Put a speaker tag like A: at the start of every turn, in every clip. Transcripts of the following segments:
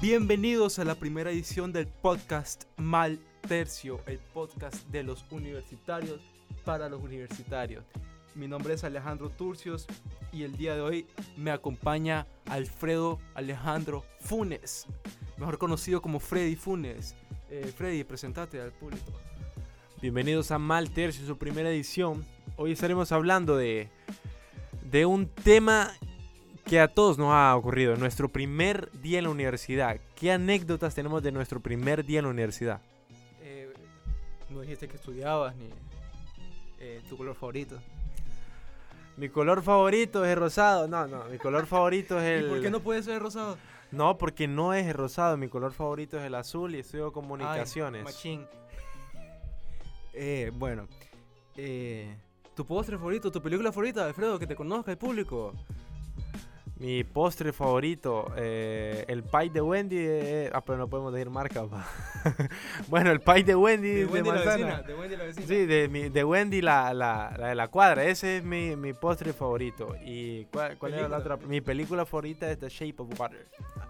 A: Bienvenidos a la primera edición del podcast Mal Tercio, el podcast de los universitarios para los universitarios. Mi nombre es Alejandro Turcios y el día de hoy me acompaña Alfredo Alejandro Funes, mejor conocido como Freddy Funes. Eh, Freddy, presentate al público.
B: Bienvenidos a Mal Tercio, su primera edición. Hoy estaremos hablando de, de un tema que a todos nos ha ocurrido, nuestro primer día en la universidad. ¿Qué anécdotas tenemos de nuestro primer día en la universidad?
A: Eh, no dijiste que estudiabas ni eh, tu color favorito.
B: Mi color favorito es el rosado. No, no, mi color favorito es el...
A: ¿Y por qué no puede ser rosado?
B: No, porque no es el rosado, mi color favorito es el azul y estudio
A: Ay,
B: comunicaciones.
A: machín. Eh, bueno. eh, ¿Tu postre favorito, tu película favorita, Alfredo, que te conozca el público?
B: Mi postre favorito, eh, el pie de Wendy. eh, ah, pero no podemos decir marca. pa. bueno, el pie de Wendy de, manzana.
A: de Wendy la vecina.
B: Sí, de, mi- de Wendy, la, la, la de la cuadra. Ese es mi, mi postre favorito. ¿Y cuál, cuál era la
A: Película.
B: otra? Mi película favorita es The Shape of Water.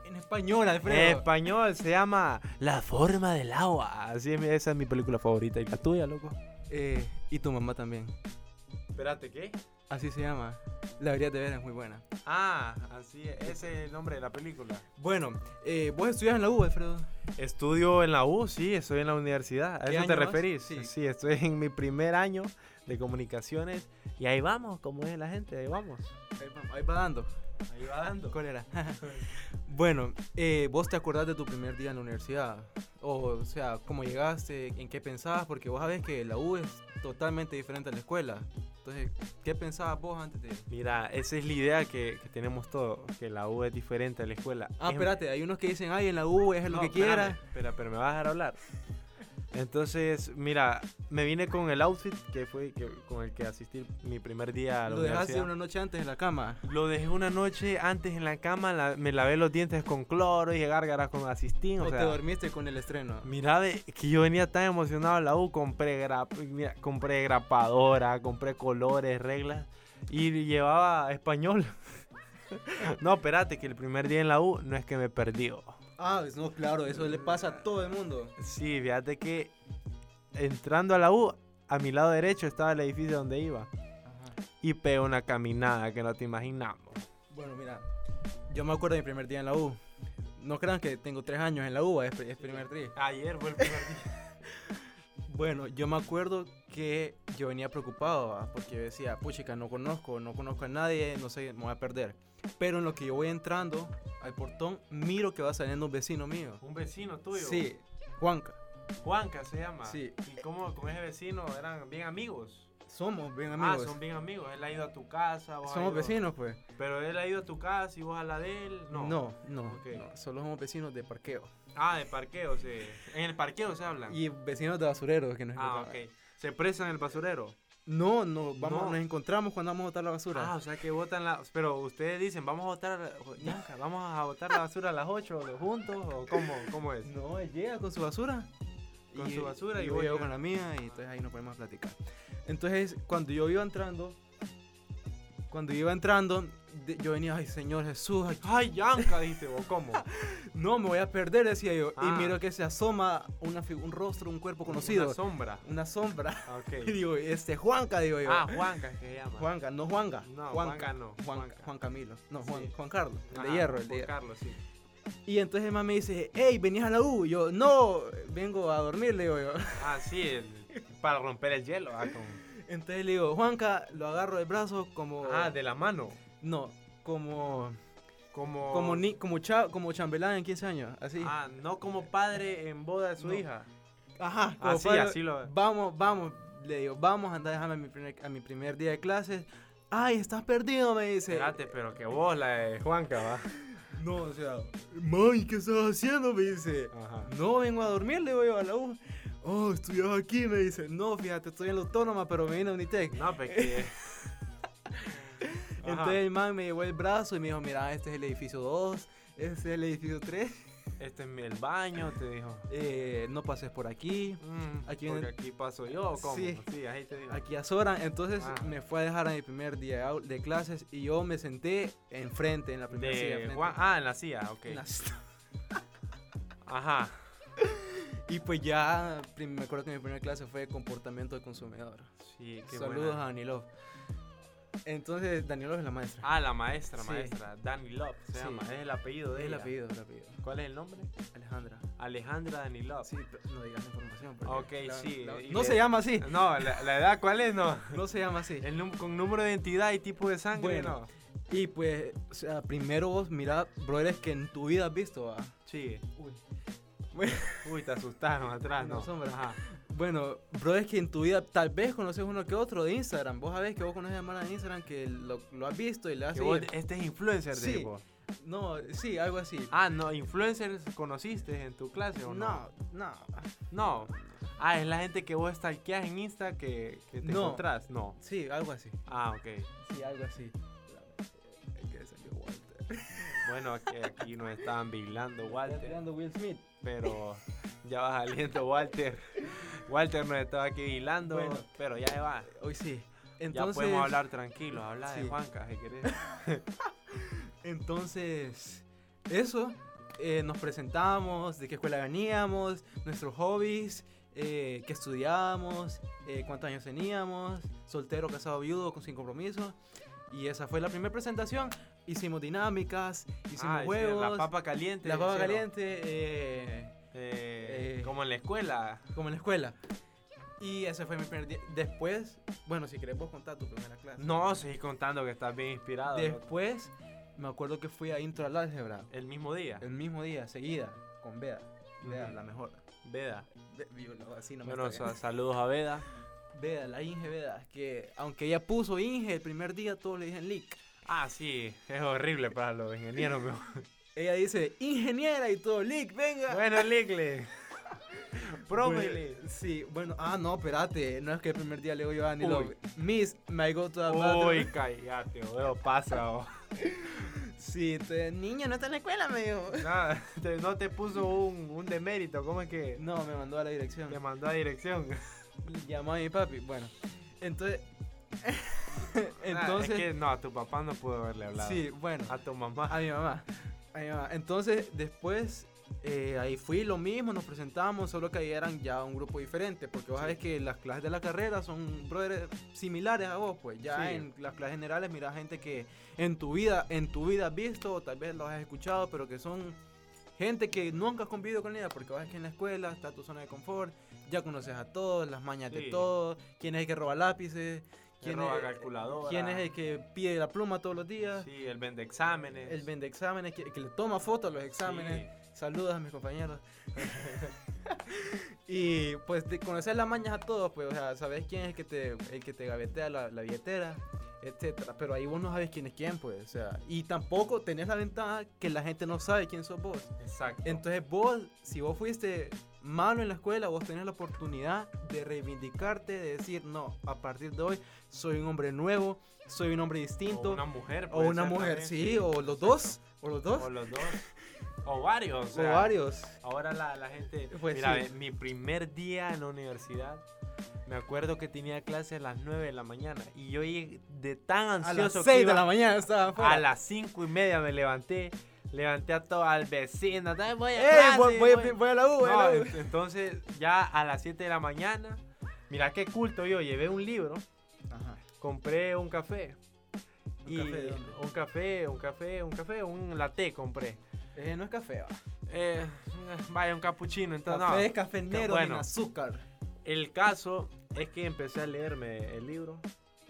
A: En español, Alfredo.
B: En español se llama La forma del agua. Así es, mi- esa es mi película favorita. ¿Y la tuya, loco?
A: Eh, y tu mamá también.
B: Espérate, ¿qué?
A: Así se llama. La deberías de ver, es muy buena.
B: Ah, así es. Ese es el nombre de la película.
A: Bueno, eh, vos estudias en la U, Alfredo.
B: Estudio en la U, sí, estoy en la universidad. ¿A
A: ¿Qué
B: eso te
A: año vas?
B: referís?
A: Sí.
B: Sí. estoy en mi primer año de comunicaciones y ahí vamos, como es la gente, ahí vamos.
A: Ahí va, ahí va dando.
B: Ahí va dando.
A: Cólera. bueno, eh, vos te acordás de tu primer día en la universidad. O sea, cómo llegaste, en qué pensabas, porque vos sabés que la U es totalmente diferente a la escuela. Entonces, ¿qué pensabas vos antes de...?
B: Mira, esa es la idea que, que tenemos todos, que la U es diferente a la escuela.
A: Ah,
B: Es-
A: espérate, hay unos que dicen, ay, en la U es lo
B: Em, No,
A: que
B: espérame,
A: quieras.
B: Espera, pero me vas a dejar hablar. Entonces, mira, me vine con el outfit que fue que- con el que asistí mi primer día a la
A: Lo dejaste
B: universidad.
A: una noche antes en la cama.
B: Lo dejé una noche antes en la cama, la- me lavé los dientes con cloro y gárgaras con asistín.
A: O,
B: O, sea,
A: te dormiste con el estreno.
B: Mira, ve, que yo venía tan emocionado a la U, compré, grap- mira, compré grapadora, compré colores, reglas y llevaba español. no, espérate, que el primer día en la U no es que me perdí. oh.
A: Ah, no, claro, eso le pasa a todo el mundo.
B: Sí, fíjate que entrando a la U, a mi lado derecho estaba el edificio donde iba y pegué una caminada que no te imaginamos.
A: Bueno, mira, yo me acuerdo de mi primer día en la U. No crean que tengo tres años en la U, es, pri- es primer día.
B: Ayer fue el primer día.
A: Bueno, yo me acuerdo que yo venía preocupado, ¿va? porque yo decía, puchica, no conozco, no conozco a nadie, no sé, me voy a perder. Pero en lo que yo voy entrando al portón, miro que va saliendo un vecino mío.
B: Un vecino tuyo,
A: Sí, Juanca.
B: Juanca se llama.
A: Sí.
B: ¿Y cómo con ese vecino eran bien amigos?
A: Somos bien amigos.
B: Ah, son bien amigos. Él ha ido a tu casa. vos has
A: Somos
B: ido-
A: vecinos, pues.
B: Pero él ha ido a tu casa y vos a la de él. No.
A: no, no,
B: Ok.
A: no, Solo somos vecinos de parqueo.
B: Ah, de parqueo. Se... En el parqueo se hablan.
A: Y vecinos de basureros que nos
B: Ah,
A: encontramos.
B: ok. ¿Se presan en el basurero?
A: No, no, vamos,
B: No.
A: nos encontramos cuando vamos a botar la basura.
B: Ah, o sea que botan la. Pero ustedes dicen, vamos a botar. Yanka, vamos a botar la basura a las 8 juntos o cómo, cómo es.
A: No, él llega con su basura.
B: Con su basura y
A: yo
B: voy
A: llego
B: yo.
A: con la mía y entonces ahí nos ponemos a platicar. Entonces, cuando yo iba entrando, cuando yo iba entrando, de- yo venía, ay, Señor Jesús, ay,
B: Ay, Yanka, dijiste vos, ¿cómo?
A: no me voy a perder, decía yo.
B: Ah.
A: Y miro que se asoma una fi- un rostro, un cuerpo conocido,
B: Una
A: una,
B: sombra.
A: sombra.
B: Ah,
A: Y
B: Ok.
A: digo, este Juanca, digo yo.
B: Ah, Juanca es que se llama.
A: Juanca, no Juanga.
B: No, Juanca no,
A: Juan,
B: Juanca.
A: Juan Camilo. No, Juan,
B: Sí. Ah,
A: Juan Carlos. El
B: Ajá,
A: de hierro, el
B: Juan
A: de hierro.
B: Carlos, sí.
A: Y entonces el man me dice, hey, ¿venís a la U? Y yo, no, vengo a dormir, le digo yo.
B: Ah, sí, el- para romper el hielo. Ah, con-
A: Entonces le digo, Juanca, lo agarro del brazo como...
B: ah, de la mano.
A: No, como...
B: Como.
A: Como, ni, como, cha- como chambelán en 15 años, así.
B: Ah, no como padre en boda de su
A: No.
B: hija.
A: Ajá, como
B: Así,
A: padre.
B: así lo.
A: Vamos, vamos, le digo, vamos, anda, déjame a mi primer, a mi primer día de clases. Ay, estás perdido, me dice.
B: Espérate, pero que vos la de Juanca, va.
A: No, o sea, man, ¿qué estás haciendo? Me dice.
B: Ajá.
A: No, vengo a dormir, le digo yo a la U. Oh, estudias aquí, me dice. No, fíjate, estoy en la autónoma, pero me vine a Unitec.
B: No, pues que. Ajá.
A: Entonces el man me llevó el brazo y me dijo, mira, este es el edificio 2, este es el edificio 3,
B: Este es mi- el baño, te dijo.
A: eh, no pases por aquí,
B: Mm,
A: Aquí
B: porque
A: viene-
B: aquí paso yo, ¿o ¿cómo?
A: Sí.
B: Sí, ahí te digo.
A: aquí azoran. Entonces
B: Ah.
A: me fue a dejar a mi primer día de au- de clases y yo me senté enfrente, en la primera silla.
B: De Ah,
A: enfrente.
B: Juan... Ah, en la silla, ok.
A: En la-
B: Ajá.
A: Y pues ya, prim- me acuerdo que mi primera clase fue de comportamiento de consumidor.
B: Sí, qué
A: Saludos
B: buena.
A: a Danilov. Entonces, Danilov es la maestra.
B: Ah, la maestra,
A: Sí.
B: maestra. Dani Love se
A: Sí.
B: llama. Es el apellido de
A: es el
B: ella.
A: apellido, el apellido.
B: ¿Cuál es el nombre?
A: Alejandra.
B: Alejandra Dani Love.
A: Sí, pero no digas la información. porque
B: Ok,
A: la-
B: sí,
A: la-
B: y
A: no
B: le-
A: se llama así.
B: No, la, la edad, ¿cuál es? No.
A: No se llama así.
B: El num- con número de identidad y tipo de sangre,
A: Bueno.
B: no.
A: Y pues, o sea, primero vos mirá brothers que en tu vida has visto, ¿va?
B: Sí.
A: Uy.
B: Uy, te asustaron atrás,
A: No,
B: ¿no?
A: sombra.
B: Ajá.
A: Bueno, brothers que en tu vida tal vez conoces uno que otro de Instagram. Vos sabés que vos conoces a Mara de Instagram que lo, lo has visto y le has
B: Que vos-
A: seguido.
B: este es influencer,
A: Sí.
B: tipo.
A: No, sí, algo así.
B: Ah, no, influencers conociste en tu clase o no?
A: no, no.
B: No. Ah, es la gente que vos stalkeas en Insta que, que te
A: No.
B: encontrás. No.
A: Sí, algo así.
B: Ah, ok.
A: Sí, algo así. Es que salió Walter.
B: Bueno, que aquí nos estaban vigilando,
A: Está
B: Walter.
A: tirando Will Smith.
B: Pero ya vas saliendo, Walter. Walter nos estaba aquí vigilando,
A: Bueno.
B: pero ya se va.
A: Hoy sí.
B: ya
A: Entonces,
B: podemos hablar tranquilos, habla
A: Sí.
B: de Juanca si querés.
A: Entonces, eso. eh, nos presentábamos, de qué escuela veníamos, nuestros hobbies, eh, qué estudiábamos, eh, cuántos años teníamos, soltero, casado, viudo, con sin compromiso. Y esa fue la primera presentación. Hicimos dinámicas, hicimos
B: Ah,
A: juegos,
B: La papa caliente.
A: la papa
B: hicieron.
A: caliente, eh,
B: Eh,
A: Eh.
B: Como en la escuela.
A: como en la escuela. Y ese fue mi primer día. Después, bueno, si querés vos contar tu primera clase.
B: No, seguí contando que estás bien inspirado. loco.
A: Después, me acuerdo que fui a Intro al Álgebra.
B: El mismo día.
A: El mismo día, seguida, con Bea. Bea,
B: Ujú.
A: la mejor.
B: Veda.
A: Be- yo no, así no me
B: Bueno,
A: está
B: sa- saludos a Veda.
A: bien. Bea, la Inge Bea, que aunque ella puso Inge el primer día, todos le dicen Lick.
B: Ah, sí, es horrible para los ingenieros. pero-
A: Ella dice, ingeniera y todo, Lick, venga.
B: bueno, Licle. Promele.
A: Bueno, Sí, bueno, ah, no, espérate, no es que el primer día le digo yo a Dani
B: Uy.
A: Love, Miss, my go to the
B: Uy,
A: bathroom".
B: cállate, boludo, pasa. bo.
A: Sí, te- niña, no está en la escuela, me dijo.
B: Nada, te- no te puso un, un demérito, ¿cómo es que
A: No, me mandó a la dirección.
B: te mandó a dirección?
A: Llamó a mi papi, bueno. Entonces,
B: Nah, es
A: entonces,
B: que no, a tu papá no pudo haberle hablado.
A: sí, bueno.
B: A tu mamá.
A: A mi mamá. A mi mamá. Entonces, después, eh, ahí fui lo mismo, nos presentamos, solo que ahí eran ya un grupo diferente, porque vos
B: Sí.
A: sabés que las clases de la carrera son brothers similares a vos, pues ya
B: Sí.
A: en las clases generales mirás gente que en tu vida, en tu vida has visto, o tal vez los has escuchado, pero que son gente que nunca has convivido con ella, porque vos sabés que en la escuela está tu zona de confort, ya conoces a todos, las mañas de
B: Sí.
A: todos, quién es el que roba lápices,
B: ¿Quién
A: quién,
B: roba
A: es,
B: calculadora?
A: quién es el que pide la pluma todos los días.
B: Sí, el vende exámenes.
A: El vende exámenes, que, que le toma fotos a los exámenes. Saludos a mis compañeros. y pues de conocer las mañas a todos, pues, o sea, sabes quién es el que te, el que te gavetea la, la billetera, etcétera. Pero ahí vos no sabes quién es quién, pues, o sea, y tampoco tenés la ventaja que la gente no sabe quién sos vos.
B: Sí, exacto.
A: Entonces vos, si vos fuiste malo en la escuela, vos tenés la oportunidad de reivindicarte, de decir, no, a partir de hoy soy un hombre nuevo, soy un hombre distinto.
B: o una mujer.
A: O
B: puede
A: una
B: ser
A: mujer,
B: también,
A: sí, o los dos, o los dos,
B: O los dos. O varios. O,
A: o
B: sea,
A: varios.
B: Ahora la, la gente.
A: Pues
B: mira,
A: sí.
B: ve, mi primer día en la universidad. Me acuerdo que tenía clase a las 9 de la mañana. Y yo llegué de tan
A: A
B: ansioso
A: las
B: que
A: 6 de
B: iba-
A: la mañana estaba afuera.
B: A las 5 y media me levanté. Levanté a todo al vecino. "Dale, Voy a
A: ¡Ey!
B: clase,
A: Eh, Voy, voy,
B: voy".
A: voy a la U, voy a
B: No,
A: la U.
B: ent- entonces ya a las 7 de la mañana. Mira qué culto yo. Llevé un libro.
A: Ajá.
B: Compré un café.
A: ¿Un
B: y
A: café de dónde?
B: un café, un café, un café, un latte compré.
A: Eh, no es café, va.
B: Eh, vaya, un capuchino. Entonces, no.
A: Café es café negro
B: bueno.
A: sin azúcar.
B: El caso es que empecé a leerme el libro.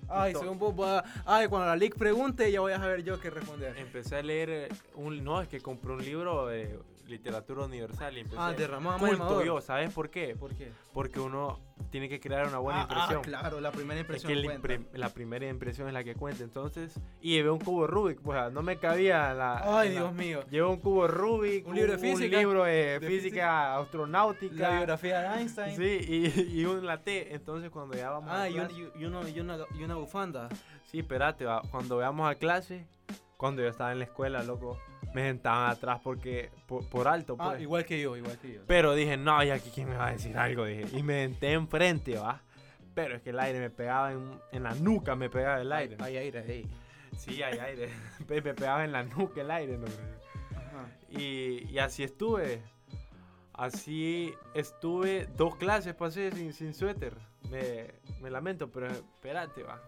A: Ay,
B: to-
A: según vos, voy a- ay, cuando la leak pregunte, ya voy a saber yo qué responder.
B: Empecé a leer eh, un. No, es que compré un libro de literatura universal y empecé.
A: Ah, de Ramón Amaya
B: culto
A: Amador.
B: yo, ¿sabes Eh, por qué?
A: ¿Por qué?
B: Porque uno tiene que crear una buena
A: Ah, ah,
B: impresión.
A: claro, la primera
B: Es
A: impresión
B: que la,
A: cuenta.
B: impre- la primera impresión es la que cuenta, entonces. Y llevé un cubo Rubik, pues ah, no me cabía la.
A: Ay,
B: la-
A: Dios mío.
B: Llevé un cubo Rubik,
A: Un libro de física.
B: Un libro de,
A: De
B: física,
A: física.
B: astronáutica.
A: La biografía de Einstein.
B: Sí, y, y un latte. Entonces, cuando ya vamos a
A: Ah, y,
B: clase-
A: un- y- y uno- y una, y una bufanda.
B: Sí, espérate, va, cuando veamos a clase, cuando yo estaba en la escuela, loco, me sentaban atrás porque por, por alto,
A: Ah,
B: pues.
A: igual que yo, igual que yo.
B: Pero dije, no, ¿y aquí quién me va a decir algo? Dije, y me senté enfrente, va. Pero es que el aire me pegaba en, en la nuca, me pegaba el aire.
A: Ay, aire, ahí.
B: Sí, hay aire. Pe- me pegaba en la nuca el aire, no,
A: Ajá.
B: y, y así estuve Así estuve dos clases, pasé sin, sin suéter. Me, me lamento, pero espérate, va.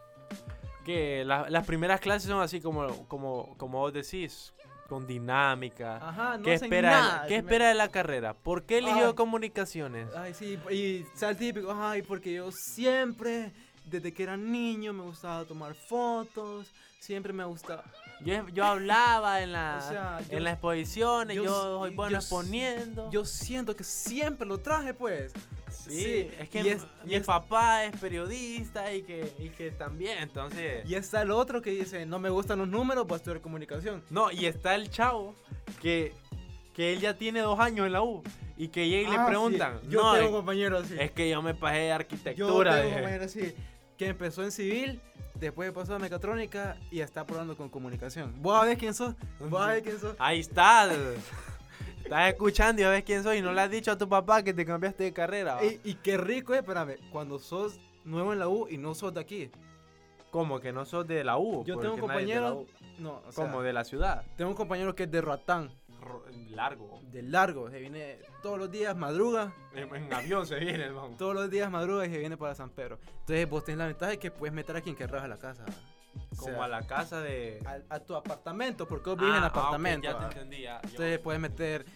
B: Que la- las primeras clases son así como, como, como vos decís, con dinámica.
A: Ajá, Ah, no
B: ¿Qué,
A: hacen
B: espera,
A: nada.
B: ¿qué
A: Me-
B: espera de la carrera? ¿Por qué eligió
A: Ay. Ah.
B: comunicaciones?
A: Ay, sí, y sal típico, ay, porque yo siempre, desde que era niño, me gustaba tomar fotos, siempre me gustaba...
B: Yo, yo hablaba en, la,
A: O sea, yo-
B: en las exposiciones,
A: yo-
B: yo, soy bueno
A: yo-
B: exponiendo.
A: Yo siento que siempre lo traje, pues.
B: sí,
A: sí,
B: es que
A: y es-
B: mi
A: y es-
B: papá es periodista y que, y que también, entonces...
A: Y está el otro que dice, no me gustan los números, voy a estudiar comunicación.
B: No, y está el chavo que, que él ya tiene dos años en la U y que llega y
A: Ah,
B: le
A: sí,
B: preguntan,
A: Yo
B: no,
A: tengo
B: es-
A: compañeros así.
B: es eh". que yo me pasé de
A: Yo
B: arquitectura.
A: tengo
B: dije.
A: compañeros así. Que empezó en civil, después pasó a mecatrónica y está probando con comunicación. ¿Vos sabés quién sos? ¿Vos sabés quién sos?
B: Ahí está. Estás escuchando y ves quién soy. No le has dicho a tu papá que te cambiaste de carrera. va.
A: Y, y qué rico, eh, espérame, cuando sos nuevo en la U y no sos de aquí.
B: ¿Cómo? Que no sos de la U.
A: Yo
B: porque
A: tengo
B: nadie es de la
A: compañeros,
B: U.
A: no, o sea,
B: ¿Cómo? De la ciudad.
A: tengo un compañero que es de Ratán,
B: Largo.
A: de largo, se viene todos los días, madruga,
B: En, en avión se viene, hermano.
A: todos los días madruga y se viene para San Pedro. Entonces vos tenés la ventaja de que puedes meter a quien querrás a la casa. O
B: Como
A: sea,
B: a la casa de.
A: al- a tu apartamento, porque vos vivís en
B: Ah, ah, ok,
A: apartamento.
B: ya
A: ah.
B: te entendía.
A: Entonces puedes meter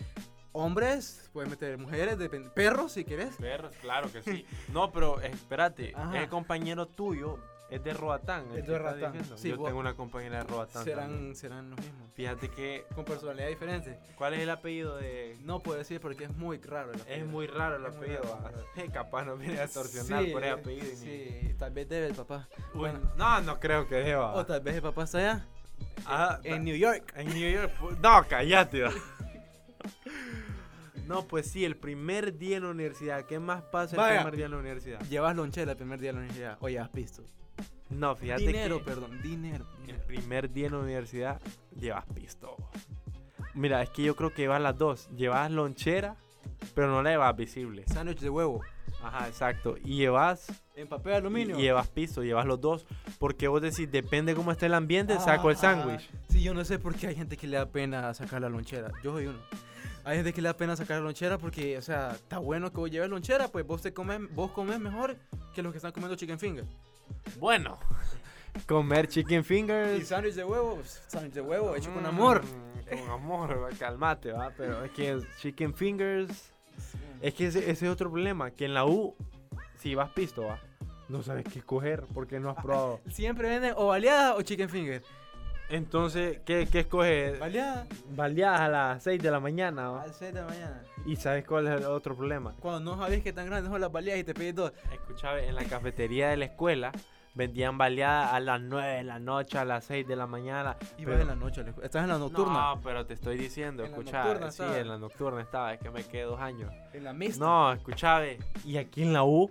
A: hombres, puedes meter mujeres, depende- perros si querés.
B: Perros, claro que sí. No, pero espérate.
A: Ajá.
B: El compañero tuyo es de Roatán. el
A: Es
B: que
A: de
B: estás
A: Roatán,
B: diciendo.
A: sí,
B: Yo
A: vos-
B: tengo una compañera de Roatán. también.
A: Serán, serán los mismos.
B: Fíjate que.
A: Con personalidad diferente.
B: ¿Cuál es el apellido de.?
A: No puedo decir porque es muy raro. el
B: Es
A: apellido.
B: muy raro el
A: Es muy
B: apellido.
A: raro,
B: ah.
A: raro.
B: Eh, Capaz nos viene a torsionar
A: Sí, eh,
B: por el apellido. y ni-
A: Sí, tal vez debe el papá.
B: Uy,
A: bueno.
B: No, no creo que deba.
A: O tal vez el papá está allá.
B: Ah,
A: En
B: ta-
A: New York.
B: en New York. pu- No, cállate. va. No, pues sí, el primer día en la universidad. ¿Qué más pasa el
A: Vaya.
B: primer día en la universidad?
A: Llevas lonchera el primer día de la universidad. Oye, has visto.
B: No, fíjate
A: Dinero,
B: que
A: perdón. Dinero.
B: el
A: dinero.
B: primer día en la universidad llevas pisto. Mira, es que yo creo que llevas las dos. Llevas lonchera, pero no la llevas visible.
A: Sándwich de huevo.
B: Ajá, exacto. Y llevas
A: En papel de aluminio.
B: Y llevas piso, llevas los dos. Porque vos decís, depende cómo esté el ambiente, saco el
A: Ah,
B: sándwich.
A: Sí, yo no sé por qué hay gente que le da pena sacar la lonchera. Yo soy uno. Hay gente que le da pena sacar la lonchera porque, o sea, está bueno que vos lleves lonchera, pues vos te comes, vos comes mejor que los que están comiendo chicken finger.
B: Bueno, comer chicken
A: Y
B: fingers.
A: sándwich de huevo, pues, sándwich de huevo, hecho con
B: Mm,
A: amor.
B: Con amor, va, calmate, va. Pero es que chicken fingers.
A: Eh,
B: Es que ese, ese es otro problema. Que en la U, si vas pisto, va. No sabes qué escoger porque no has probado.
A: Siempre venden o baleada o chicken finger.
B: Entonces, ¿qué, qué escoges?
A: Baleada.
B: Baleadas a las 6 de la mañana, va.
A: 6 de la mañana.
B: Y sabes cuál es el otro problema.
A: Cuando no sabés que tan grandes son las baleadas y te pedís dos.
B: Escuchaba, en la cafetería de la escuela vendían baleadas a las 9 de la noche, a las 6 de la mañana.
A: Y
B: pero-
A: vas en la noche, a la escu- estás en la nocturna.
B: No, pero te estoy diciendo,
A: En la
B: escuchaba.
A: nocturna
B: sí,
A: estaba.
B: en la nocturna estaba, es que me quedé dos años.
A: En la mixta.
B: No, escuchaba. Y aquí en la U,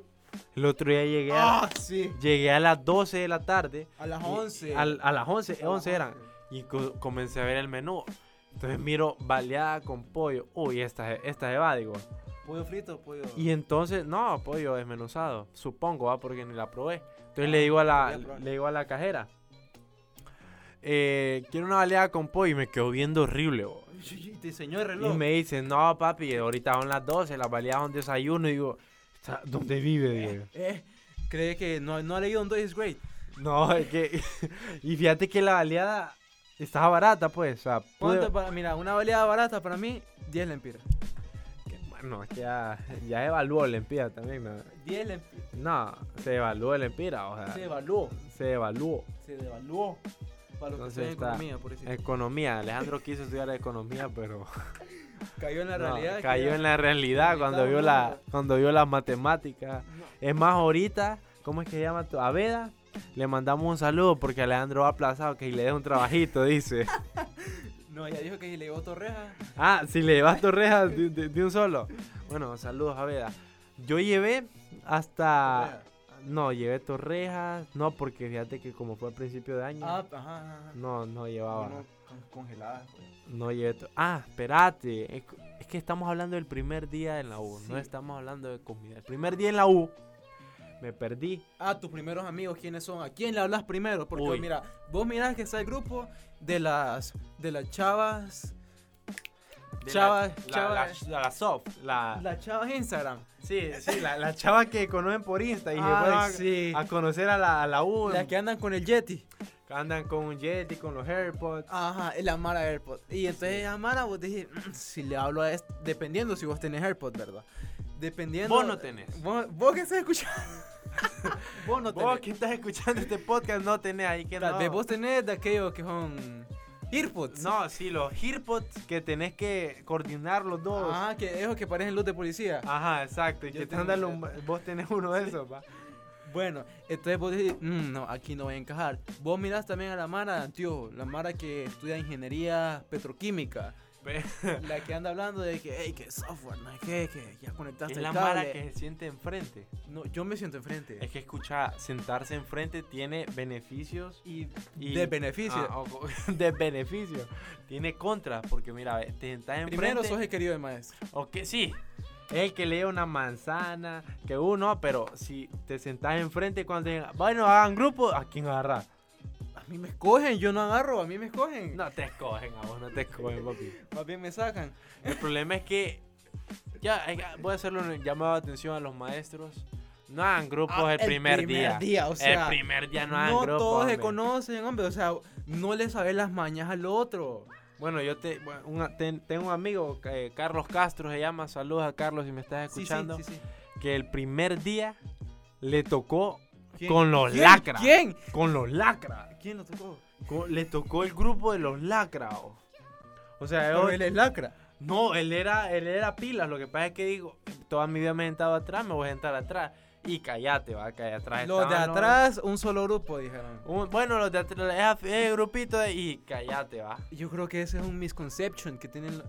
B: el otro día llegué a,
A: Ah, sí.
B: llegué a las 12 de la tarde.
A: A las
B: y-
A: 11.
B: al- a las 11,
A: A las
B: 11 eran.
A: 11.
B: Y co- comencé a ver el menú. Entonces miro baleada con pollo. Uy, esta, esta de va, digo.
A: Pollo frito, pollo.
B: Y entonces, no, pollo desmenuzado, supongo, ¿va? porque ni la probé. Entonces
A: Ah,
B: le digo a la,
A: Podría probar.
B: le digo a la cajera, eh, quiero una baleada con pollo y me quedó viendo horrible. bo.
A: Y te diseñó el
B: Y
A: reloj.
B: me dice, no, papi, ahorita son las 12, las baleadas son desayuno. Y digo, "Está- ¿dónde vive, Diego?
A: Eh, cree que no, no ha leído un is Great.
B: No, es que... y fíjate que la baleada estaba barata, pues. O sea, pude-
A: ¿Cuánto para, mira, una baleada barata para mí, 10 lempiras.
B: Bueno, es que ya, ya evaluó el empira también. ¿no?
A: 10 lempiras.
B: No, se evaluó el empira, o sea,
A: Se evaluó.
B: se evaluó.
A: Se devaluó. Para los que
B: Entonces
A: estudian
B: está-
A: economía, por decir.
B: Economía, Alejandro quiso estudiar economía, pero
A: Cayó en la
B: no,
A: realidad. que
B: cayó
A: ya-
B: en la realidad cuando
A: Estaba
B: vio la
A: hablando.
B: cuando vio las matemáticas.
A: No.
B: Es más ahorita, ¿cómo es que se llama tu Aveda? Le mandamos un saludo porque Alejandro ha aplazado que le dé un trabajito, dice.
A: No, ella dijo que si le llevó Torreja.
B: Ah, si le vas torrejas de, de- de un solo. Bueno, saludos Aveda. Yo llevé hasta
A: Torreja. Ah,
B: no, llevé torrejas, no porque fíjate que como fue a principio de año,
A: Ah, ajá, ajá. ajá.
B: no no llevaba.
A: Uno con- congelada, pues. güey.
B: No llevé to- Ah, espérate. Es, cu- es que estamos hablando del primer día en la U. No
A: Sí.
B: estamos hablando de comida. El primer día en la U me perdí.
A: Ah, tus primeros amigos, ¿quiénes son? ¿A quién le hablas primero? Porque
B: Uy.
A: mira, vos mirás que está el grupo de las de las chavas
B: De
A: Chava-
B: la, la-
A: chava-
B: La, la- la soft, la...
A: La chava en Instagram.
B: Sí, sí, la, la chava que conocen por Insta y
A: Ay,
B: fueron a-
A: Ah, sí.
B: a conocer a la, a la U.
A: La que andan con el Yeti.
B: Andan con un Yeti, con los AirPods.
A: Ajá, es la Mara AirPod. Y entonces la Mara, vos dije, "Mm, si le hablo a esto, dependiendo si vos tenés AirPod, ¿verdad? Dependiendo.
B: Vos no tenés.
A: Vos, vos que estás escuchando. vos no tenés.
B: Vos que estás escuchando este podcast no tenés ahí que
A: Tal
B: no.
A: vez vos tenés de aquellos que son AirPods.
B: No, sí, los AirPods que tenés que coordinar los dos. Ajá,
A: Ajá, Ah, que esos que parecen luz de policía.
B: exacto. Y
A: Yo
B: que te
A: tengo
B: andan
A: uno de
B: los- vos tenés uno de esos, pa.
A: Bueno, entonces vos decís, "Mm, no, aquí no voy a encajar. Vos mirás también a la Mara de Antiojo, la Mara que estudia ingeniería petroquímica.
B: Pe-
A: La que anda hablando de que, hey, que software, no es que, que ya conectaste
B: Es
A: el
B: la
A: cable".
B: mara que se siente enfrente.
A: No, yo me siento enfrente.
B: Es que escucha, sentarse enfrente tiene beneficios
A: y,
B: y.
A: de beneficio.
B: Ah, ojo, desbeneficios. Tiene contras, porque mira, ve, te sentás enfrente.
A: Primero sos el querido del maestro.
B: O que sí. El que lee una manzana, que uno, pero si te sentás enfrente cuando digan, bueno, hagan grupo, ¿a quién agarrar?
A: A mí me escogen, yo no agarro, a mí me escogen.
B: No te escogen, a vos no te escogen, papi.
A: Más bien me sacan.
B: El problema es que. Ya, eh, voy a hacerle un llamado de atención a los maestros. No hagan grupos
A: Ah,
B: el, primer día.
A: o sea,
B: el primer día no hagan
A: no
B: grupos.
A: todos se
B: hombre.
A: conocen, hombre. O sea, no le sabes las mañas al otro.
B: Bueno, yo te, bueno, una- ten- tengo un amigo, eh, Carlos Castro se llama. Saludos a Carlos si me estás
A: Sí, sí,
B: escuchando.
A: sí, sí.
B: Que el primer día le tocó
A: ¿Quién?
B: con los
A: ¿Quién?
B: lacras.
A: ¿Quién?
B: Con los lacras.
A: ¿Quién lo tocó?
B: Con- le tocó el grupo de los lacras. o. O sea,
A: Pero
B: yo-
A: él es lacra.
B: No, él era, él era pilas. Lo que pasa es que digo, toda mi vida me he sentado atrás, me voy a sentar atrás. Y cállate, va, que allá atrás.
A: Los de
B: estaban
A: atrás, un solo grupo, dijeron.
B: un- bueno, los de atrás, ese grupito de- y cállate, va.
A: Yo creo que ese es un misconception que tienen. lo-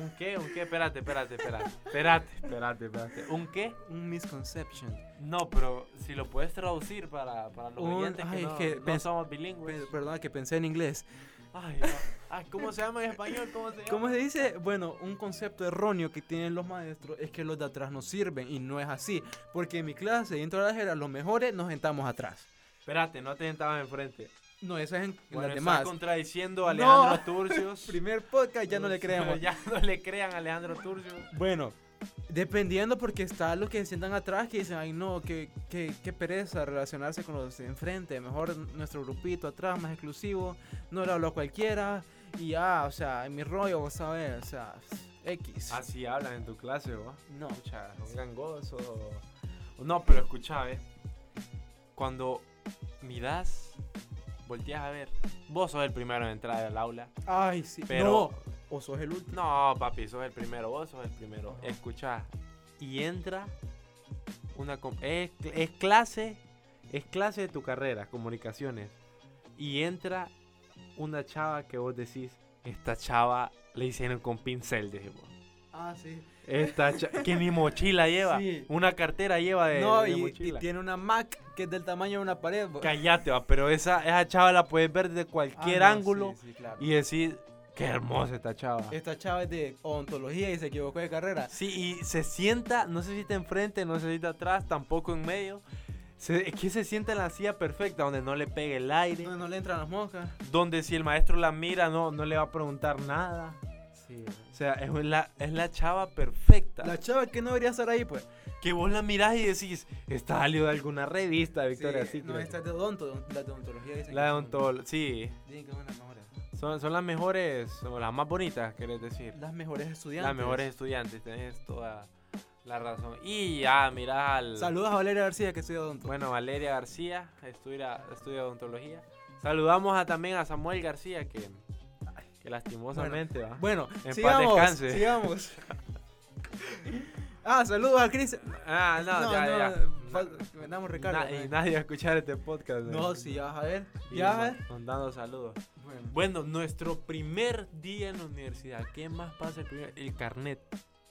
B: ¿Un qué? ¿Un qué? Espérate, espérate, espérate. Espérate, espérate, espérate. ¿Un qué?
A: Un misconception.
B: No, pero si lo puedes traducir para, para los
A: Un-
B: oyentes que,
A: ay,
B: no,
A: que
B: no
A: pens-
B: somos bilingües.
A: Pe- Perdona que pensé en inglés.
B: Ay, no. Ay, ¿cómo se llama en español? ¿Cómo se llama?
A: ¿Cómo se dice? Bueno, un concepto erróneo que tienen los maestros es que los de atrás no sirven y no es así. Porque en mi clase, dentro de las era, los mejores nos sentamos atrás.
B: Espérate, no te sentabas enfrente.
A: No, eso es en las
B: Bueno, estás
A: demás.
B: contradiciendo a
A: No.
B: Alejandro Turcios.
A: Primer podcast, ya no le creemos.
B: Ya no le crean a Alejandro Turcio.
A: Bueno, dependiendo porque está los que se sientan atrás que dicen, ay no, qué, qué, qué pereza relacionarse con los de enfrente, mejor nuestro grupito atrás, más exclusivo, no le hablo a cualquiera y ah, o sea, en mi rollo, vos sabés, o sea, X.
B: Así hablan en tu clase, ¿o?
A: No,
B: Escucha, un gangoso. No, pero escucha, ve. Cuando miras, volteas a ver. Vos sos el primero en entrar al aula.
A: ay, sí,
B: Pero-
A: no, o sos el último.
B: No, papi, sos el primero, vos sos el primero. Escucha. Y entra una com- es, es clase, es clase de tu carrera, comunicaciones. Y entra una chava que vos decís, esta chava le hicieron con pincel, dije vos.
A: Ah, sí.
B: Esta cha- que ni mochila lleva,
A: Sí.
B: una cartera lleva de,
A: no,
B: de
A: y, y
B: mochila.
A: tiene una Mac que es del tamaño de una pared. bo-
B: Callate, va, pero esa, esa chava la puedes ver desde
A: Ah,
B: cualquier
A: no,
B: ángulo
A: sí, sí, claro.
B: y decir, qué hermosa esta chava.
A: Esta chava es de odontología y se equivocó de carrera.
B: Sí, y se sienta, no se sienta enfrente, no se sienta atrás, tampoco en medio. Se- es que se sienta en la silla perfecta, donde no le pegue el aire,
A: No, no le entran las moscas.
B: donde si el maestro la mira no, no le va a preguntar nada.
A: Sí.
B: O sea, es la, es la chava perfecta.
A: La chava que no debería estar ahí, pues.
B: Que vos la mirás y decís, está salido de alguna revista, Victoria.
A: Sí, no, esta es de odonto, de- la de odontología dicen
B: La
A: que
B: de
A: son-
B: ontol- sí.
A: Dicen que son las mejores.
B: Son, son las mejores, o las más bonitas, querés decir.
A: Las mejores estudiantes.
B: Las mejores estudiantes, tenés toda la razón. Y ya, mirás al...
A: Saludos a Valeria García que estudia odonto.
B: Bueno, Valeria García, estudia, estudia odontología. Saludamos a, también a Samuel García, que, que lastimosamente va.
A: Bueno,
B: En paz
A: sigamos,
B: descanse.
A: sigamos. ah, saludos a Cris.
B: ah, no,
A: No,
B: ya,
A: no,
B: ya.
A: fal- mandamos Ricardo. pues.
B: Na- y nadie va a escuchar este podcast.
A: No,
B: eh.
A: sí, ya vas a ver.
B: Y
A: Ya vas a
B: ma-
A: ver.
B: Mandando saludos.
A: Bueno.
B: Bueno, nuestro primer día en la universidad. ¿Qué más pasa el primer? El carnet.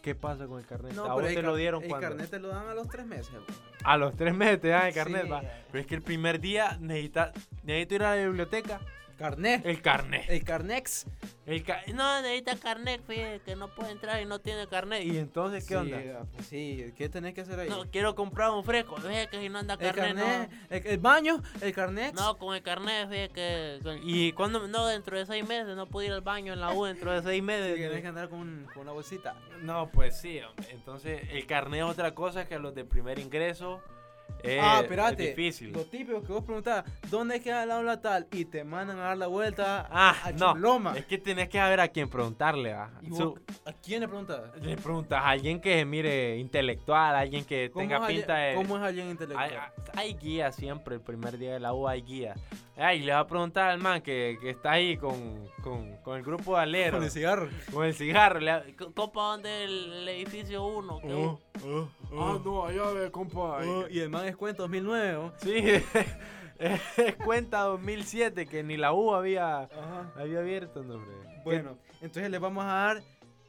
B: ¿Qué pasa con el carnet?
A: No,
B: Pues, ¿A
A: pero
B: vos
A: el
B: te
A: car-
B: lo dieron
A: El
B: cuando?
A: carnet te lo dan a los tres meses. güey.
B: A los tres meses te dan el carnet,
A: Sí.
B: va. Pero es que el primer día necesita, necesito ir a la biblioteca.
A: Carnet.
B: El carnet.
A: El Carnex.
B: El ca- no, necesita carnet, fíjate, que no puede entrar y no tiene carnet. ¿Y entonces qué
A: Sí,
B: onda?
A: ah, pues sí, ¿qué tenés que hacer ahí?
B: No, quiero comprar un fresco, fíjate que si no anda
A: el
B: carnet,
A: carnet, el, el baño, el
B: no.
A: carnet.
B: No, con el carnet, fíjate que... con- Y cuando... No, dentro de seis meses, no puedo ir al baño en la U dentro de seis meses.
A: Tienes que andar con, con una bolsita.
B: No, pues sí, hombre. Entonces, el carnet es otra cosa que los de primer ingreso es,
A: ah,
B: Eh, es
A: espérate.
B: difícil.
A: Lo típico que vos preguntás, ¿dónde queda la aula tal? Y te mandan a dar la vuelta
B: Ah,
A: a
B: no.
A: Choloma.
B: Es que tenés que saber a quién preguntarle. ¿va?
A: ¿Y
B: Su-
A: vos, ¿A quién le preguntas?
B: le preguntas a alguien que se mire intelectual, alguien que
A: ¿Cómo,
B: tenga
A: es alguien-
B: pinta de...
A: cómo es alguien
B: Hay,
A: intelectual?
B: hay guía siempre, el primer día de la U hay guía. Ay, le va a preguntar al man que, que está ahí con, con, con el grupo de alero,
A: Con el cigarro.
B: con el cigarro. le va- Uh, Copa, ¿dónde el, el edificio 1? oh,
C: no, allá ve, compa.
A: Ah, Oh, y el man es cuento 2009. ¿o?
B: Uh. Sí, es cuenta 2007 que ni la U había,
A: Ajá.
B: había abierto, no, hombre.
A: Bueno, entonces le vamos a dar,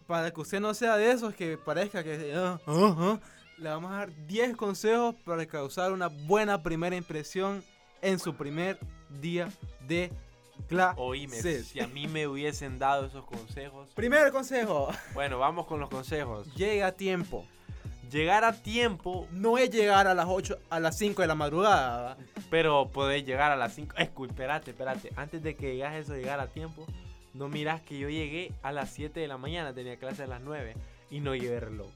A: para que usted no sea de esos que parezca que... ah, ah, ah, le vamos a dar 10 consejos para causar una buena primera impresión en su primer día de clase.
B: Oíme,
A: Sí.
B: si a mí me hubiesen dado esos consejos.
A: Primer consejo,
B: Bueno, vamos con los consejos.
A: llega a tiempo.
B: Llegar a tiempo,
A: No es llegar a las 8, a las 5 de la madrugada. ¿va?
B: pero podés llegar a las 5. Espérate, espérate. Antes de que digas eso, llegar a tiempo, no mirás que yo llegué a las 7 de la mañana, tenía clase a las 9 y no llevé reloj.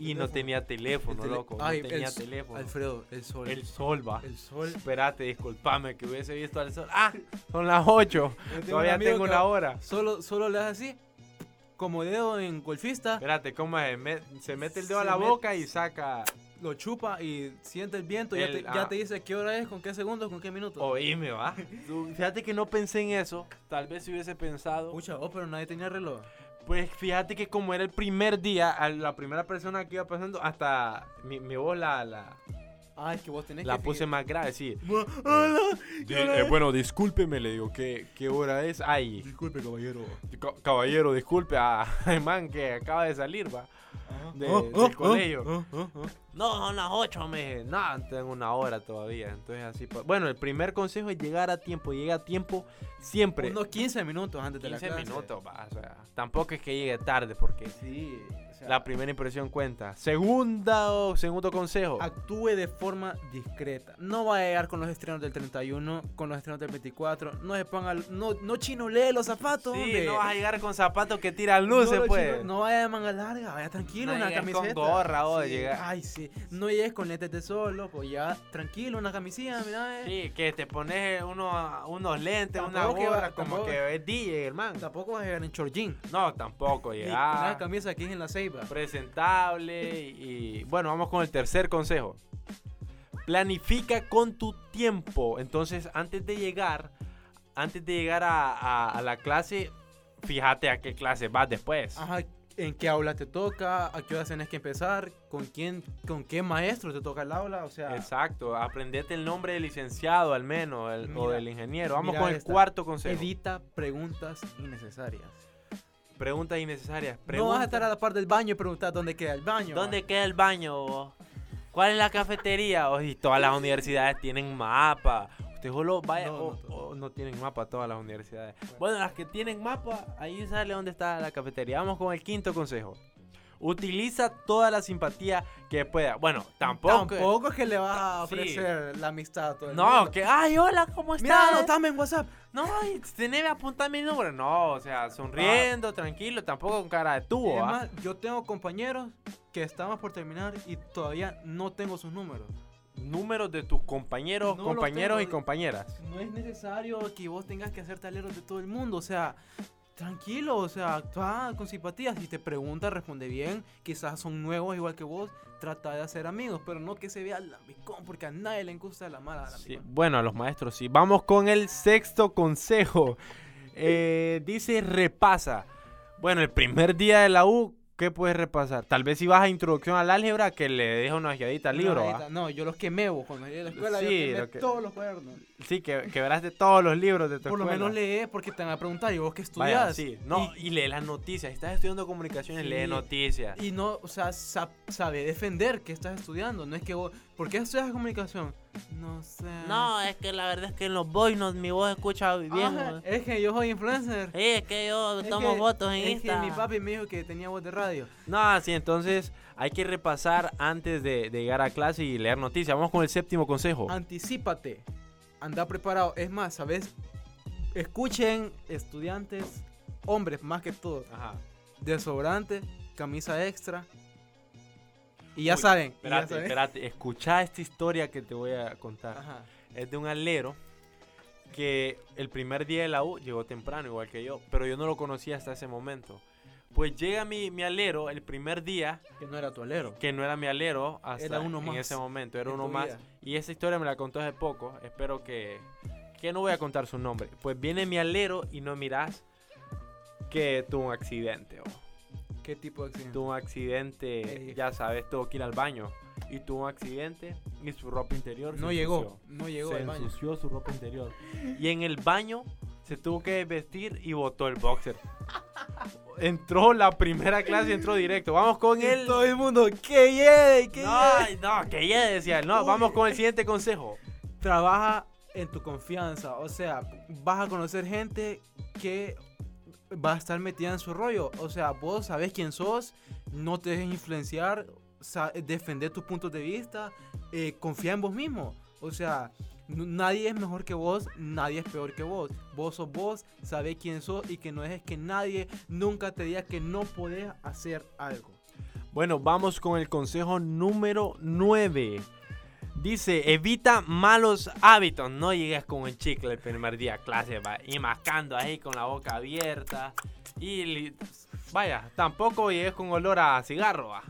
B: Y
A: teléfono.
B: no tenía teléfono,
A: El tele-
B: loco.
A: este Ay,
B: no
A: el
B: tenía
A: s-
B: teléfono.
A: Alfredo, el sol.
B: El sol va.
A: El sol.
B: Espérate, disculpame que hubiese visto al sol. Ah, son las 8.
A: Yo tengo un
B: Todavía
A: amigo
B: tengo
A: que
B: una hora.
A: Solo, solo le das así, como dedo en golfista,
B: Espérate, ¿cómo es? Me- se mete el dedo a
A: Se
B: la
A: met-
B: boca y saca.
A: lo chupa y siente el viento.
B: El-
A: ya, te, ya
B: ah. Oh.
A: te dice qué hora es, con qué segundos, con qué minutos.
B: Oíme, va. Tú- Fíjate que no pensé en eso. Tal vez si hubiese pensado.
A: Pucha, oh, pero nadie tenía reloj.
B: Pues fíjate que como era el primer día, a la primera persona que iba pasando, hasta mi, mi voz la, la,
A: Ah, es que vos tenés
B: la
A: que. Ah,
B: puse
A: fingir-
B: más grave, sí.
A: Bu- hola, hola.
B: eh, bueno, discúlpeme, le digo, ¿qué, qué hora es? Ay,
A: Disculpe, caballero.
B: ca- caballero, disculpe a al man que acaba de salir, va. De-
A: Ah,
B: del
A: ah,
B: colegio.
A: ah, ah, ah.
B: No, son las 8, me dije. No, tengo una hora todavía. Entonces así. pa- Bueno, el primer consejo es llegar a tiempo. Llega a tiempo siempre.
A: Unos 15 minutos antes de la
B: 15
A: clase.
B: minutos, va, o sea, tampoco es que llegue tarde porque
A: Sí. o sea,
B: la primera impresión cuenta. Segunda o segundo consejo.
A: Actúe de forma discreta. No va a llegar con los estrenos del 31, con los estrenos del 24. No se ponga. No, no chinolee los zapatos,
B: Sí,
A: hombre.
B: no vas a llegar con zapatos que tiran luces,
A: no, lo
B: pues.
A: chino- no vaya de manga larga, vaya tranquilo,
B: No
A: una
B: llegues
A: camiseta.
B: con gorra, o
A: Sí,
B: llega-
A: Ay, sí. No llegues con lentes de sol, loco. Ya tranquilo, una camisilla, mira. eh.
B: Sí, que te pones unos, unos lentes, una
A: Tampoco que va-
B: gorra, como
A: tampoco-
B: que es DJ, hermano.
A: Tampoco vas a llegar en chorjín.
B: No, tampoco,
A: Ni
B: llegar.
A: Una camisa aquí en la ceiba.
B: presentable y bueno, vamos con el tercer consejo. Planifica con tu tiempo. Entonces, antes de llegar, antes de llegar a, a- a la clase, fíjate a qué clase vas después.
A: Ajá. ¿En qué aula te toca? ¿A qué hora tienes que empezar? ¿Con quién? ¿Con qué maestro te toca el aula? O sea,
B: Exacto, aprendete el nombre del licenciado al menos, el- o
A: Mira,
B: del ingeniero. Vamos
A: mira
B: con el
A: esta.
B: cuarto consejo.
A: evita preguntas innecesarias.
B: Preguntas innecesarias.
A: No vas
B: Pregunta-
A: a estar a la par del baño y preguntar dónde queda el baño.
B: ¿Dónde queda el baño? vos? ¿Cuál es la cafetería? O, y todas las universidades tienen mapa. Usted solo vaya.
A: No,
B: o-
A: no
B: o- No,
A: todas.
B: tienen mapa todas las universidades. Bueno. las que tienen mapa, ahí sale dónde está la cafetería. Vamos con el quinto consejo. Utiliza toda la simpatía que pueda. Bueno, tampoco.
A: Tampoco es que le vas a
B: Sí.
A: ofrecer la amistad a todo el
B: No,
A: mundo.
B: que. ¡Ay, hola! ¿Cómo
A: Mira,
B: estás?
A: anotame en WhatsApp.
B: No, ay, tenés que apuntar mi número. No, o sea, sonriendo, tranquilo, tampoco con cara de
A: Y
B: tubo. ¿ah?
A: Además, yo tengo compañeros que estamos por terminar y todavía no tengo sus números.
B: Números de tus compañeros,
A: No los
B: compañeros y
A: tengo.
B: compañeras.
A: No es necesario que vos tengas que hacer taleros de todo el mundo, o sea, tranquilo, o sea, actúa con simpatía. Si te pregunta, responde bien. Quizás son nuevos igual que vos, trata de hacer amigos, pero no que se vea lambicón, porque a nadie le gusta la mala
B: Sí,
A: lambicón.
B: bueno, a los maestros sí. Vamos con el sexto consejo. Eh, dice repasa. Bueno, el primer día de la U, ¿qué puedes repasar? Tal vez si vas a introducción al álgebra, que le dejes una ojeadita al libro.
A: No,
B: ¿va?
A: neta, no, yo los quemé vos, cuando llegué a la escuela, yo
B: Sí,
A: quemé
B: lo que-
A: todos los cuadernos.
B: Sí, que quebraste todos los libros de tu
A: Por lo
B: escuela.
A: menos lee, porque te van a preguntar, ¿y vos qué estudias?
B: Vaya, sí. No, y, lee las noticias. Si estás estudiando comunicaciones,
A: Sí.
B: lee noticias.
A: Y no, o sea, sa- sabe defender que estás estudiando. No es que vos, ¿por qué estudias comunicación? No sé.
D: No, es que la verdad es que en los boys no, mi voz escucha bien.
A: Ajá,
D: güey.
A: Ah, es que yo soy influencer.
D: Sí, es que yo
A: Es
D: tomo
A: que-
D: fotos en
A: Es que
D: Insta.
A: mi papi me dijo que tenía voz de radio.
B: No, sí, entonces hay que repasar antes de, de llegar a clase y leer noticias. Vamos con el séptimo consejo.
A: Anticípate. Anda preparado. Es más, ¿sabes? Escuchen, estudiantes, hombres más que todo.
B: Ajá.
A: Desodorante, camisa extra. Y ya
B: Uy,
A: saben. y ya
B: Espérate,
A: saben.
B: espérate, escucha esta historia que te voy a contar.
A: Ajá.
B: Es de un alero que el primer día de la U llegó temprano, igual que yo, pero yo no lo conocía hasta ese momento. Pues llega mi, mi alero el primer día,
A: Que no era tu alero.
B: que no era mi alero hasta
A: Era uno
B: en
A: más
B: ese momento, era
A: en
B: uno
A: tu
B: más.
A: vida.
B: Y esa historia me la contó hace poco, espero que, que no voy a contar su nombre. Pues viene mi alero y no mirás que tuvo un accidente. oh
A: ¿Qué tipo de accidente?
B: tuvo un accidente,
A: Eh.
B: ya sabes, tuvo que ir al baño. Y tuvo un accidente y su ropa interior se
A: No llegó.
B: ensució.
A: No llegó
B: se
A: al baño.
B: ensució su ropa interior. Y en el baño se tuvo que vestir y botó el boxer. Entró la primera clase y entró directo. Vamos con
A: Y
B: el.
A: todo el mundo, que llegue, que
B: No,
A: llegue".
B: no, que ya decía él. No, vamos con el siguiente consejo.
A: Trabaja en tu confianza. O sea, vas a conocer gente que va a estar metida en su rollo. O sea, vos sabés quién sos, no te dejes influenciar, sa- defender tus puntos de vista, eh, confía en vos mismo. O sea, n- nadie es mejor que vos, nadie es peor que vos. Vos sos vos, sabés quién sos y que no dejes que nadie nunca te diga que no podés hacer algo.
B: Bueno, vamos con el consejo número 9. Dice, evita malos hábitos. No llegues con el chicle el primer día a clase, va, y mascando ahí con la boca abierta. Y li- vaya, tampoco llegues con olor a cigarro, va.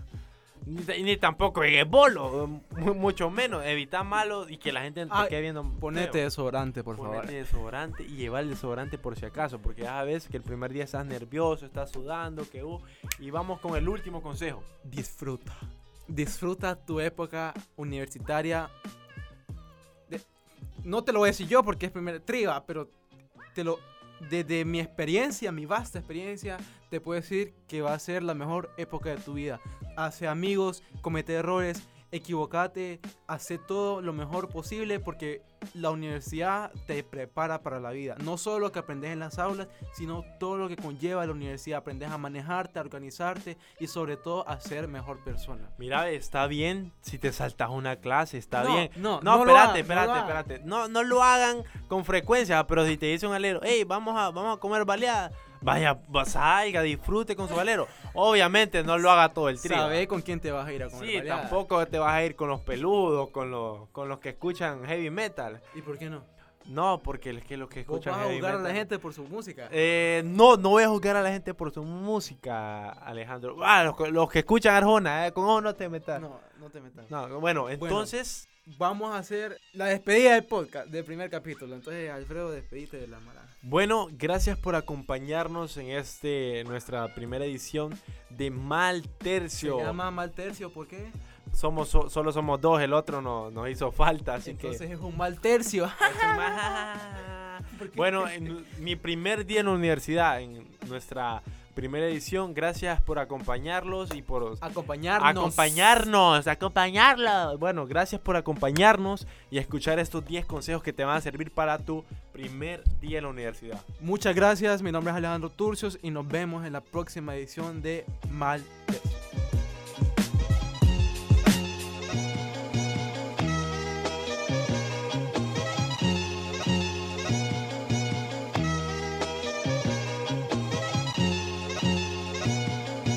B: Ni, ta- ni tampoco llegues bolo, mu- mucho menos. Evita malos y que la gente te
A: Ah,
B: quede viendo. feo.
A: Ponete desodorante, por
B: Ponete
A: favor.
B: desodorante y lleva el desodorante por si acaso, porque ya sabes que el primer día estás nervioso, estás sudando, que uh, y vamos con el último consejo.
A: Disfruta. Disfruta tu época universitaria. De- no te lo voy a decir yo porque es primera triba, pero te lo desde mi experiencia, mi vasta experiencia, te puedo decir que va a ser la mejor época de tu vida. Hace amigos, comete errores, equivocate, hace todo lo mejor posible porque la universidad te prepara para la vida. No solo lo que aprendes en las aulas, sino todo lo que conlleva la universidad. Aprendes a manejarte, a organizarte y sobre todo a ser mejor persona.
B: Mira, está bien si te saltas una clase, está bien.
A: No,
B: No,
A: no lo
B: espérate,
A: hagas, no lo
B: espérate,
A: hagas.
B: espérate. No, no lo hagan con frecuencia, pero si te dice un alero, hey, vamos a, vamos a comer baleada, vaya, va- salga, disfrute con su alero. Obviamente no lo haga todo el trío.
A: Sabes con quién te vas a ir a comer
B: Sí,
A: baleada.
B: tampoco te vas a ir con los peludos, con los, con los que escuchan heavy metal.
A: ¿Y por qué no?
B: No, porque es que los que
A: Vos
B: escuchan
A: vas a
B: heavy
A: juzgar a la
B: metal-
A: gente por su música.
B: Eh, no, no voy a juzgar a la gente por su música, Alejandro. Ah, los, que- los que escuchan Arjona, eh, con ojo no te metas.
A: No, no te metas.
B: No, bueno, entonces
A: Vamos a hacer la despedida del podcast, del primer capítulo. Entonces, Alfredo, despedite de la mala.
B: Bueno, gracias por acompañarnos en este nuestra primera edición de Mal
A: Se
B: Tercio.
A: llama mal tercio, ¿por qué?
B: Somos so- solo somos dos, el otro no, nos hizo falta, así
A: Entonces es un mal tercio.
B: que. bueno, en mi primer día en la universidad, en nuestra primera edición, gracias por acompañarlos y por
A: Acompañarnos.
B: acompañarnos, acompañarlos. Bueno, gracias por acompañarnos y escuchar estos 10 consejos que te van a servir para tu primer día en la universidad.
A: Muchas gracias, mi nombre es Alejandro Turcios y nos vemos en la próxima edición de Mal Tercio.